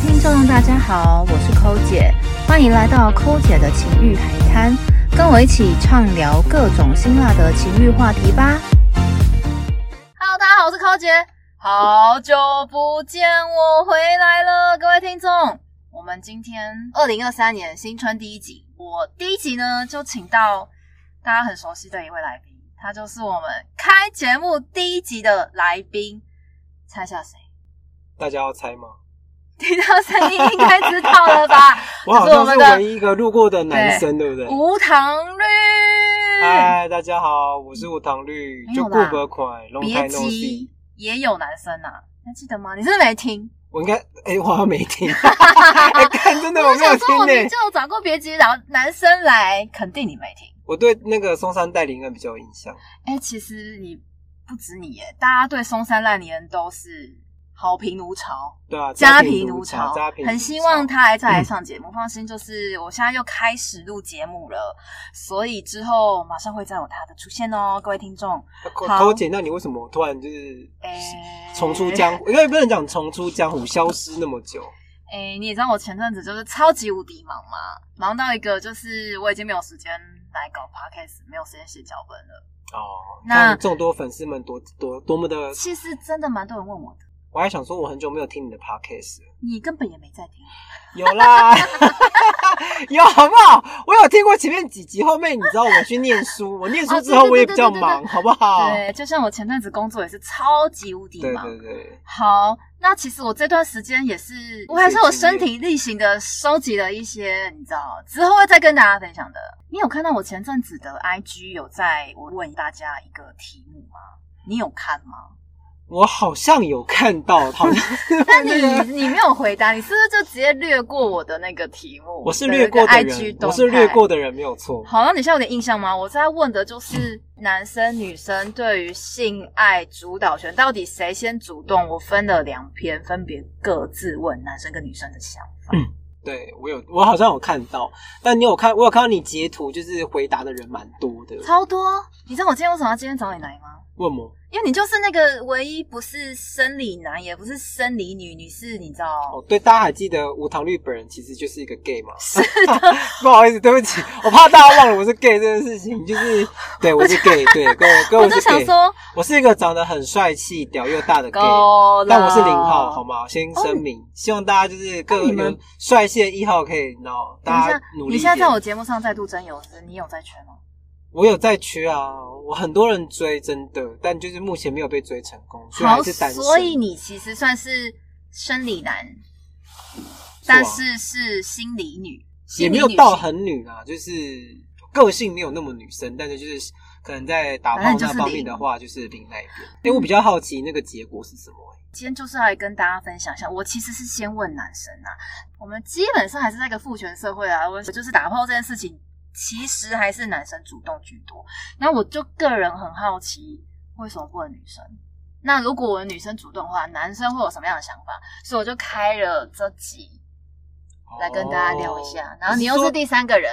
听众大家好，我是抠姐，欢迎来到抠姐的情欲海滩，跟我一起畅聊各种辛辣的情欲话题吧。Hello，大家好，我是抠姐，好久不见，我回来了，各位听众，我们今天二零二三年新春第一集，我第一集呢就请到大家很熟悉的一位来宾，他就是我们开节目第一集的来宾，猜一下谁？ 大家要猜吗？听到声音应该知道了吧？ 我好像是这是我们的唯一一个路过的男生，对不对？无糖绿，嗨，大家好，我是吴糖绿，没有就啦顾不款，龙嗯别台 no see 急。，也有男生呐、还记得吗？你是不是没听？我应该，哎，我好像没 听，哎，看真的我我没有想说，我听欸明呢。就有找过别急，然后男生来，肯定你没听。我对那个松山代理人比较有印象，哎、其实你不止你耶，大家对松山烂泥人都是好评如潮，对啊，家贫贫如潮，潮家贫，如很希望他来再来上节目。放心，就是我现在又开始录节目了，所以之后马上会再有他的出现哦，各位听众。抠好抠姐，那你为什么突然就是哎、重出江湖？因为不能讲重出江湖，消失那么久。哎、你也知道我前阵子就是超级无敌忙嘛，忙到一个就是我已经没有时间来搞 podcast，没有时间写脚本了。哦，那看众多粉丝们多多多么的，其实真的蛮多人问我的，我还想说，我很久没有听你的 podcast 了。你根本也没在听。有啦，有好不好？我有听过前面几集，后面你知道我去念书，我念书之后我也比较忙，好不好？对，就像我前阵子工作也是超级无敌哦对忙。对对，好，那其实我这段时间也是，我还是有身体力行的收集了一些，你知道，之后会再跟大家分享的。你有看到我前阵子的 IG 有在我问大家一个题目吗？你有看吗？ 我好像有看到，好像是但那个，你你没有回答，你是不是就直接略过我的那个题目？我是略过的那个人 IG，动态我是略过。的人，没有错。好，那你现在有点印象吗？我在问的就是男生女生对于性爱主导权到底谁先主动？我分了两篇，分别各自问男生跟女生的想法。对我有，我好像有看到，但你有看，我有看到你截图，就是回答的人蛮多的。超多！你知道我今天为什么要今天找你来吗？问我因为你就是那个唯一不是生理男，也不是生理女，你是你知道哦，对，大家还记得吴唐律本人其实就是一个 gay 吗？是的，不好意思，对不起，我怕大家忘了我是 gay 这件事情，就是对我是 gay，对，跟我跟我我就是想 gay，说我是一个长得很帅气、屌又大的 gay，够哦了，但我是零号，好吗？先声明，希望大家就是各那你们有帅气的一号可以，然后等一大下家努，力哦你一现在点。在我节目上再度真有资，你有在圈吗？我有在缺啊，我很多人追，真的，但就是目前没有被追成功，所以还好，是单身。所以你其实算是生理男，但是是心理女，也心理没女有到很女啦，就是个性没有那么女生，但是就是可能在打反正炮就那是方面零的话，就是另那一边。哎、我比较好奇那个结果是什么、欸？今天就是要来跟大家分享一下，我其实是先问男生啊，我们基本上还是在一个父权社会啊，我就是打炮这件事情，其实还是男生主动居多。那我就个人很好奇，为什么不能女生？那如果我女生主动的话，男生会有什么样的想法？所以我就开了这集来跟大家聊一下。哦然后你又是说第三个人，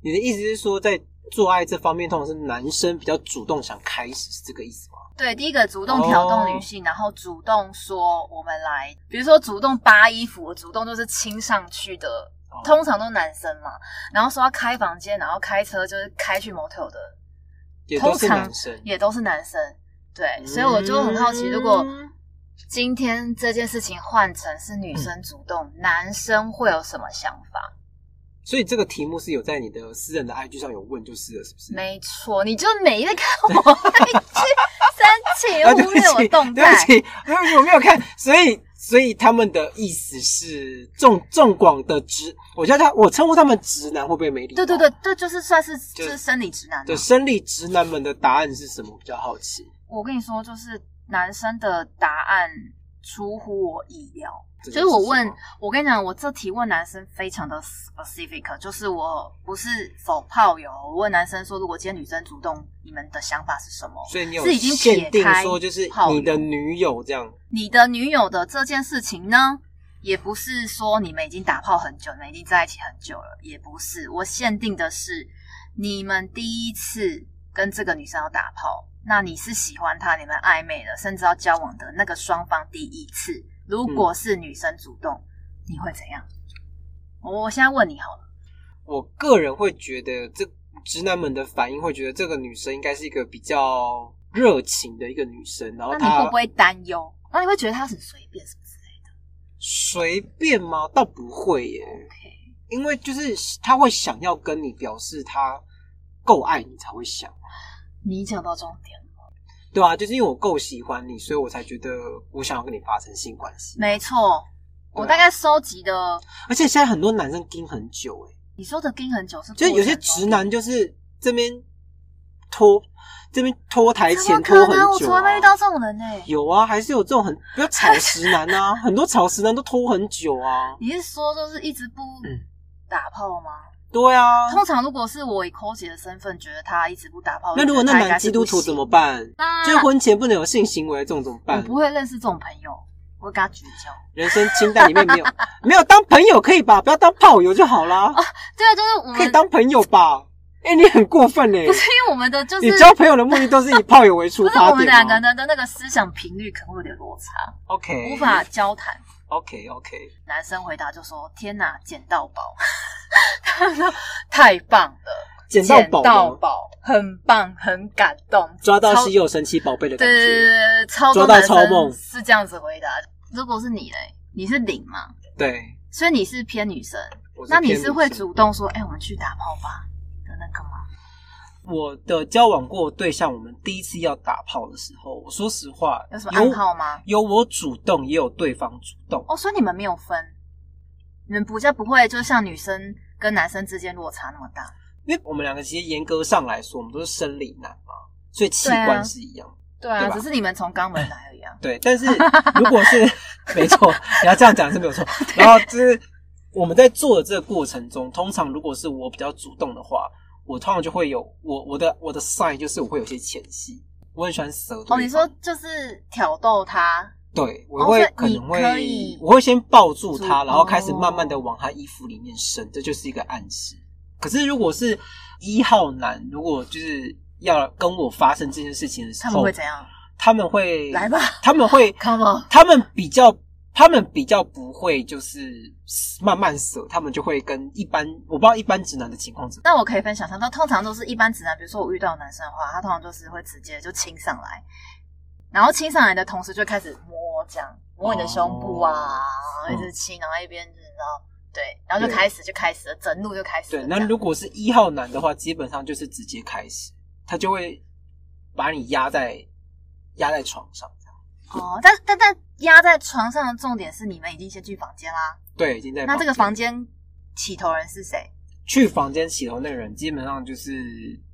你的意思是说，在做爱这方面，通常是男生比较主动想开始，是这个意思吗？对，第一个主动挑动哦女性，然后主动说我们来，比如说主动扒衣服，主动就是亲上去的，哦通常都男生嘛。然后说要开房间，然后开车就是开去 motel 的，也都是通常男生，也都是男生。对，所以我就很好奇，如果嗯今天这件事情换成是女生嗯主动，男生会有什么想法？所以这个题目是有在你的私人的 IG 上有问，就是了，是不是？没错，你就每一个看我去啊，生气 对忽不略我起，动对不态。起，对不起，我没有看，所以所以他们的意思是众众广的直，我叫他，我称呼他们直男会不会没礼貌？对对对，这就是算是就就是生理直男、啊。对，生理直男们的答案是什么？比较好奇，我跟你说，就是男生的答案出乎我意料。就就是我问，我跟你讲，我这题问男生非常的 specific，就是我不是否炮友，我问男生说，如果今天女生主动，你们的想法是什么？所以你有是已经撇限定开说，就是炮友你的女友这样，你的女友的这件事情呢，也不是说你们已经打炮很久，你们已经在一起很久了，也不是。我限定的是你们第一次跟这个女生要打炮，那你是喜欢她，你们暧昧了，甚至要交往的那个双方第一次，如果是女生主动，你会怎样？我我现在问你好了，我个人会觉得这直男们的反应会觉得这个女生应该是一个比较热情的一个女生，然后那你她会不会担忧？那你会觉得他很随便什么之类的随便吗？倒不会耶， ？OK，因为就是她会想要跟你表示她够爱你才会想，你讲到重点了，对啊，就是因为我够喜欢你，所以我才觉得我想要跟你发生性关系。没错。我大概收集的，而且现在很多男生盯很久，哎，你说的盯很久是就是有些过程中直男就是这边拖，这边拖台怎么前可拖能很我久、从来啊没遇。到这种人呢、有啊，还是有这种很比较草食男 啊，很多草食男都拖很久啊。你是说就是一直不嗯打炮吗？对啊，通常如果是我以抠姐的身份，觉得他一直不打炮，那如果那我觉得他应男该基是督不徒行怎么？办？那就是婚前不能有性行为，这种怎么我办？不会认识这种朋友，我会跟他绝交。人生清单里面没 有没有当朋友可以吧？不要当炮友就好啦，对啊，就是我可以们当朋友吧？哎、你很过分哎、不是因为我们的就是你交朋友的目的都是以炮友为出不是发点吗我们两个人的那个思想频率可能会有点落差， OK 无法交谈。 OK OK，男生回答就说：“天哪，捡到宝！” 他说：“太棒了，捡到捡宝到吗宝，很棒，很感动，抓到超稀有神奇宝贝的感对对觉，对对，超多抓到男超梦生是这样子回答。如果是你嘞，你是零嘛，对。所以你是偏女生，我那你偏是会女性主动说，哎、我们去打炮吧的那个吗？我的交往过对象，我们第一次要打炮的时候，我说实话，有什么暗号吗？有？有我主动，也有对方主动。哦，所以你们没有分，你们比较不会，就像女生跟男生之间落差那么大。因为我们两个其实严格上来说，我们都是生理男嘛，所以器对官啊是一样的。对对啊，吧只是你们从肛门来而已啊。对，但是如果 是没错，你要这样讲是没有错。然后就是我们在做的这个过程中，通常如果是我比较主动的话，我通常就会有我我的我的 sign 就是我会有些前戏，我很喜欢蛇。哦，你说就是挑逗他，对，我哦会、所以可你能可会以我会先抱住他，主然后开始慢慢的哦往他衣服里面伸，这就是一个暗示。可是如果是一号男，如果就是要跟我发生这件事情的时他候，们会怎样？他们会来吧他们会，Come on，他们比较，他们比较不会就是慢慢舍，他们就会跟一般我不知道一般直男的情况怎么那我可以分享一下，那通常都是一般直男，比如说我遇到的男生的话，他通常就是会直接就亲上来，然后亲上来的同时就开始摸这样，摸你的胸部啊，哦然后一直亲，然后一边就是然后对，然后就开始就开始了，整路就开始对。了。那这样如果是一号男的话，基本上就是直接开始，他就会把你压在压在床上，这样哦，但但但压在床上的重点是你们已经先去房间啦，对，已经在那这个房房间起头人是谁？去房间洗头那个人，基本上就是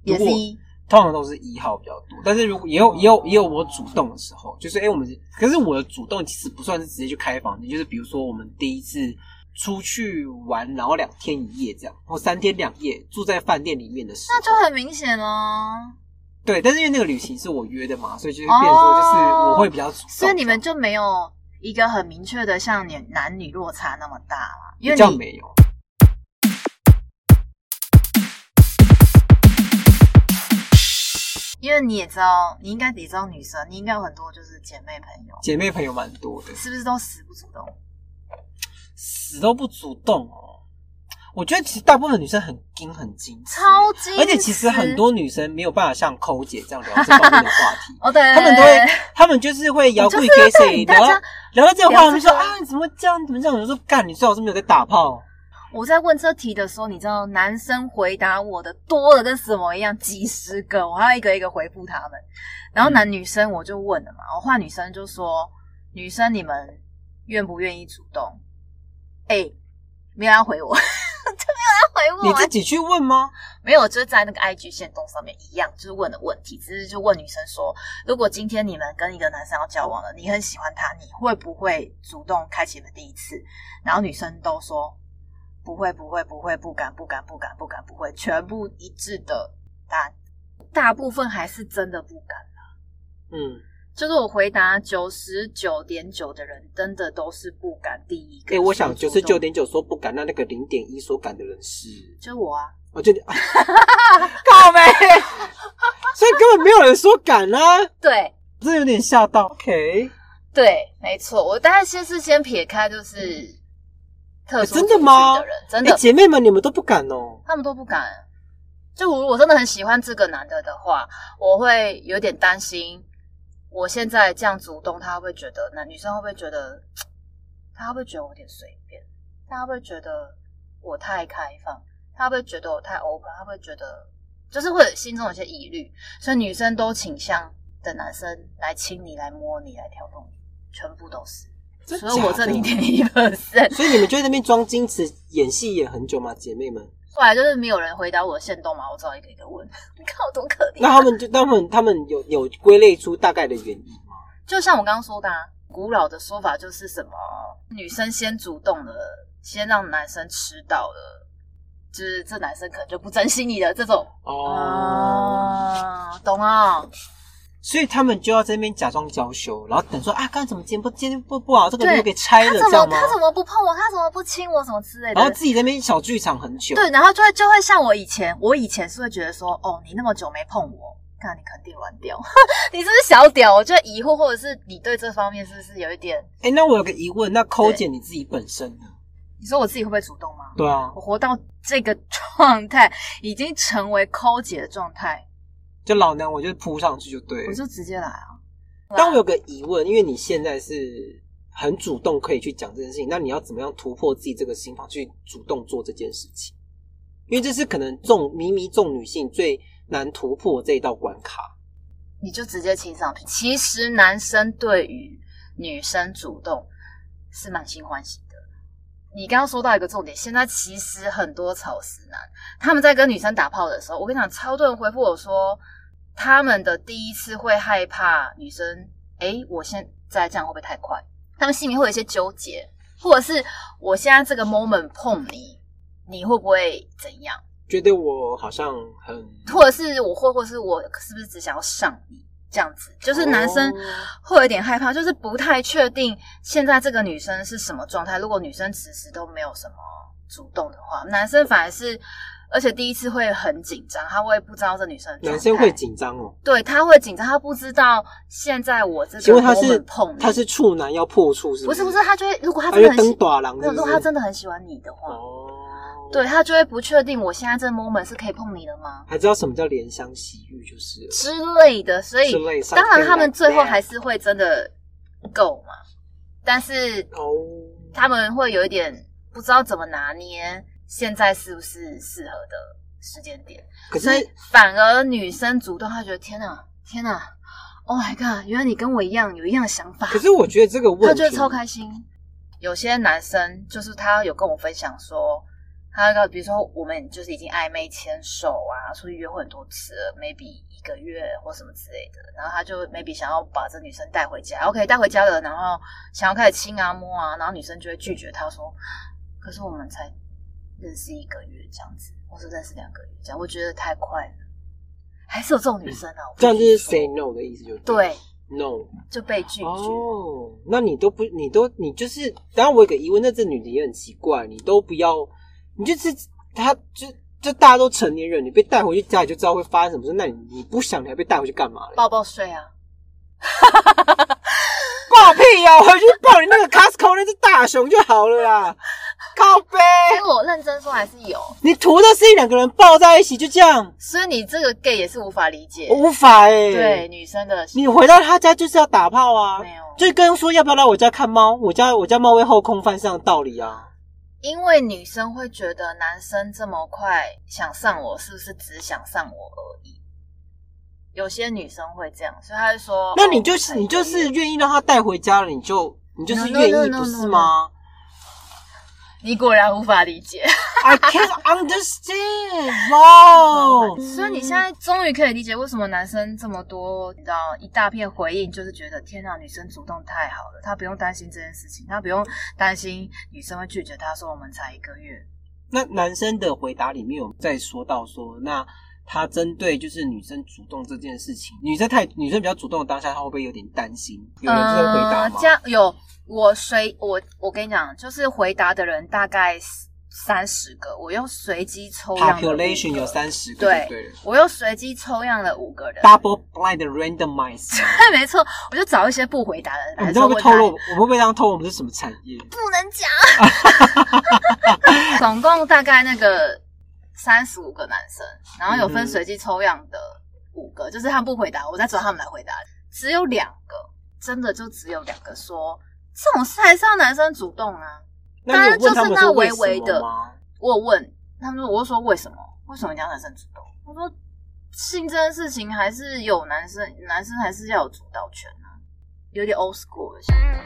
如也果是一。通常都是一号比较多，但是如果也有也有也有我主动的时候，就是哎、诶我们可是我的主动其实不算是直接去开房间，就是比如说我们第一次出去玩，然后两天一夜这样，或三天两夜住在饭店里面的时候，那就很明显哦，对，但是因为那个旅行是我约的嘛，所以就是变成说就是哦我会比较主动，所以你们就没有一个很明确的像你男女落差那么大嘛？因比为较你没有。因为你也知道，你应该也知道女生，你应该有很多就是姐妹朋友，姐妹朋友蛮多的，是不是都死不主动？死都不主动哦。我觉得其实大部分女生很精很矜持，超级，。而且其实很多女生没有办法像抠姐这样聊这方面的话题 哦，对，他们都会，他们就是会摇柜给谁，大聊到家，聊到这个话，我聊们这说个啊，你怎么会这样？怎么这样？我说干，你最好是没有在打炮。我在问这题的时候，你知道男生回答我的多的跟什么一样，几十个，我还要一个一个回复他们。然后男女生我就问了嘛，我换女生就说，女生你们愿不愿意主动？哎、没有人要回我， 就没有人要回我、你自己去问吗？没有，就是在那个 IG 线动上面一样，就是问的问题，只是就问女生说，如果今天你们跟一个男生要交往了，你很喜欢他，你会不会主动开启你们第一次？然后女生都说不会，不会，不会，不敢，不敢，不敢，不敢，不会，全部一致的答案，大部分还是真的不敢。哦嗯，就是我回答九十九点九的人，真的都是不敢第一个。哎，我想九所十以主九动，点九说不敢，那那个零点一说敢的人是，就我啊，我觉得靠没， 所以根本没有人说敢啊，对，真的有点吓到。OK，对，没错，我大概先是先撇开就是特殊欸真的吗族群的人，真哎、的，姐妹们，你们都不敢哦。他们都不敢。就我如果真的很喜欢这个男的的话，我会有点担心，我现在这样主动，他会不会觉得那女生会不会觉得，他会不会觉得我有点随便？他会不会觉得我太开放？他会不会觉得我太 open？他会不会觉得就是会有心中有些疑虑，所以女生都倾向的男生来亲你、来摸你、来挑动你，全部都是。 真所以我假这的零点一 percent，所以你们就在那边装矜持，演戏演很久吗？姐妹们？后来就是没有人回答我的线动嘛，我只好一个一个问。 你看我多可怜。那他们就他们他们有有归类出大概的原因吗？就像我刚刚说的、啊，古老的说法就是什么女生先主动了，先让男生吃到了，就是这男生可能就不珍惜你了这种。哦啊，懂啊？所以他们就要在那边假装娇羞，然后等说啊，刚刚怎么今天不今天不不好，这个对又给拆他了，怎这么样吗？哦他怎么不碰我？他怎么不亲我？什么之类然后的。自己在那边小剧场很久，对，然后就会就会像我以前，我以前是会觉得说，哦，你那么久没碰我，看你肯定软掉， 你是不是小屌？我就会疑惑，或者是你对这方面是不是有一点？哎、那我有个疑问，那抠姐你自己本身呢？你说我自己会不会主动吗？对啊，我活到这个状态，已经成为抠姐的状态，就老娘我就扑上去就对我了。就直接来啊！但我有个疑问，因为你现在是很主动可以去讲这件事情，那你要怎么样突破自己这个心法去主动做这件事情？因为这是可能众迷迷众女性最难突破这一道关卡。你就直接亲上去。其实男生对于女生主动是满心欢喜的。你刚刚说到一个重点，现在其实很多草食男他们在跟女生打炮的时候，我跟你讲，超多人回复我说，他们的第一次会害怕女生，诶，我现在这样会不会太快？他们心里会有一些纠结，或者是我现在这个 moment 碰你，你会不会怎样？觉得我好像很或者是我会，或是我是不是只想要上你这样子？就是男生哦会有点害怕，就是不太确定现在这个女生是什么状态。如果女生迟迟都没有什么主动的话，男生反而是，而且第一次会很紧张，他会不知道这女生的状态男生会紧张哦。对，他会紧张，他不知道现在我这请个问他是 moment 碰你他是处男要破处是不是嗯是不是，他就会如果他他真的很就登喜，短廊没是有不如果是？他真的很喜欢你的话，哦，对，他就会不确定我现在这 moment 是可以碰你的吗？还知道什么叫怜香惜玉就是了。之类的，所以之类，something 当然他们最后 like that 还是会真的够嘛，但是哦，他们会有一点不知道怎么拿捏，现在是不是适合的时间点，可是所以反而女生主动，她觉得天哪，天哪，Oh my god，原来你跟我一样有一样的想法可，是我觉得这个问题，她觉得超开心。有些男生就是他有跟我分享说，他那个比如说我们就是已经暧昧牵手啊，出去约会很多次了，maybe 一个月或什么之类的，然后他就 maybe 想要把这女生带回家，OK 带回家了，然后想要开始亲啊摸啊，然后女生就会拒绝他说，可是我们才认识一个月这样子，或是认识两个月这样，我觉得太快了，还是有这种女生啊，我不这样就是得不 say 说 no 的意思就对 no 就被拒绝。哦，那你都不你都你就是，当然我有个疑问，那这女的也很奇怪，你都不要，你就是她就就大家都成年人，你被带回去家里就知道会发生什么事，那你你不想你还被带回去干嘛嘞？抱抱睡啊，抱屁呀、回去抱你那个 Costco 那只大熊就好了啦，靠背，结哎果我认真说还是有，你图的是一两个人抱在一起就这样，所以你这个 gay 也是无法理解我。无法哎、对女生的你回到他家就是要打炮啊，没有，就跟说要不要来我家看猫，我家我家猫会后空翻上的道理啊。因为女生会觉得男生这么快想上我，是不是只想上我而已？有些女生会这样，所以她就说：“那你就哦是你就是愿意让他带回家了，你就你就是 No, no, 愿 no, 意 no, 不是 no, 吗你果然无法理解。 ？I can't understand. Wow！所以你现在终于可以理解为什么男生这么多，你知道一大片回应，就是觉得天啊，女生主动太好了，他不用担心这件事情，他不用担心女生会拒绝他说我们才一个月，那男生的回答里面有在说到说，那他针对就是女生主动这件事情，女生太女生比较主动的当下，他会不会有点担心？有人这样回答呃吗？这样有我随我我跟你讲，就是回答的人大概三十个，我又随机抽样了五个 population 有三十个，对对了我又随机抽样了五个人。 ，double blind randomize。 对，没错，我就找一些不回答的人我来们这会抽问不会透他。露？我们会不会这样透露我们是什么产业？不能讲。总共大概那个三十五个男生，然后有分随机抽样的五个，就是他们不回答，我再找他们来回答。只有两个，真的就只有两个说这种事还是要男生主动啊。那你有问他们说当然就为是那微微什么的吗？我有问他们，我就说为什么？为什么一定要男生主动？我说性这件事情还是有男生，男生还是要有主导权啊，有点 old school 的想法。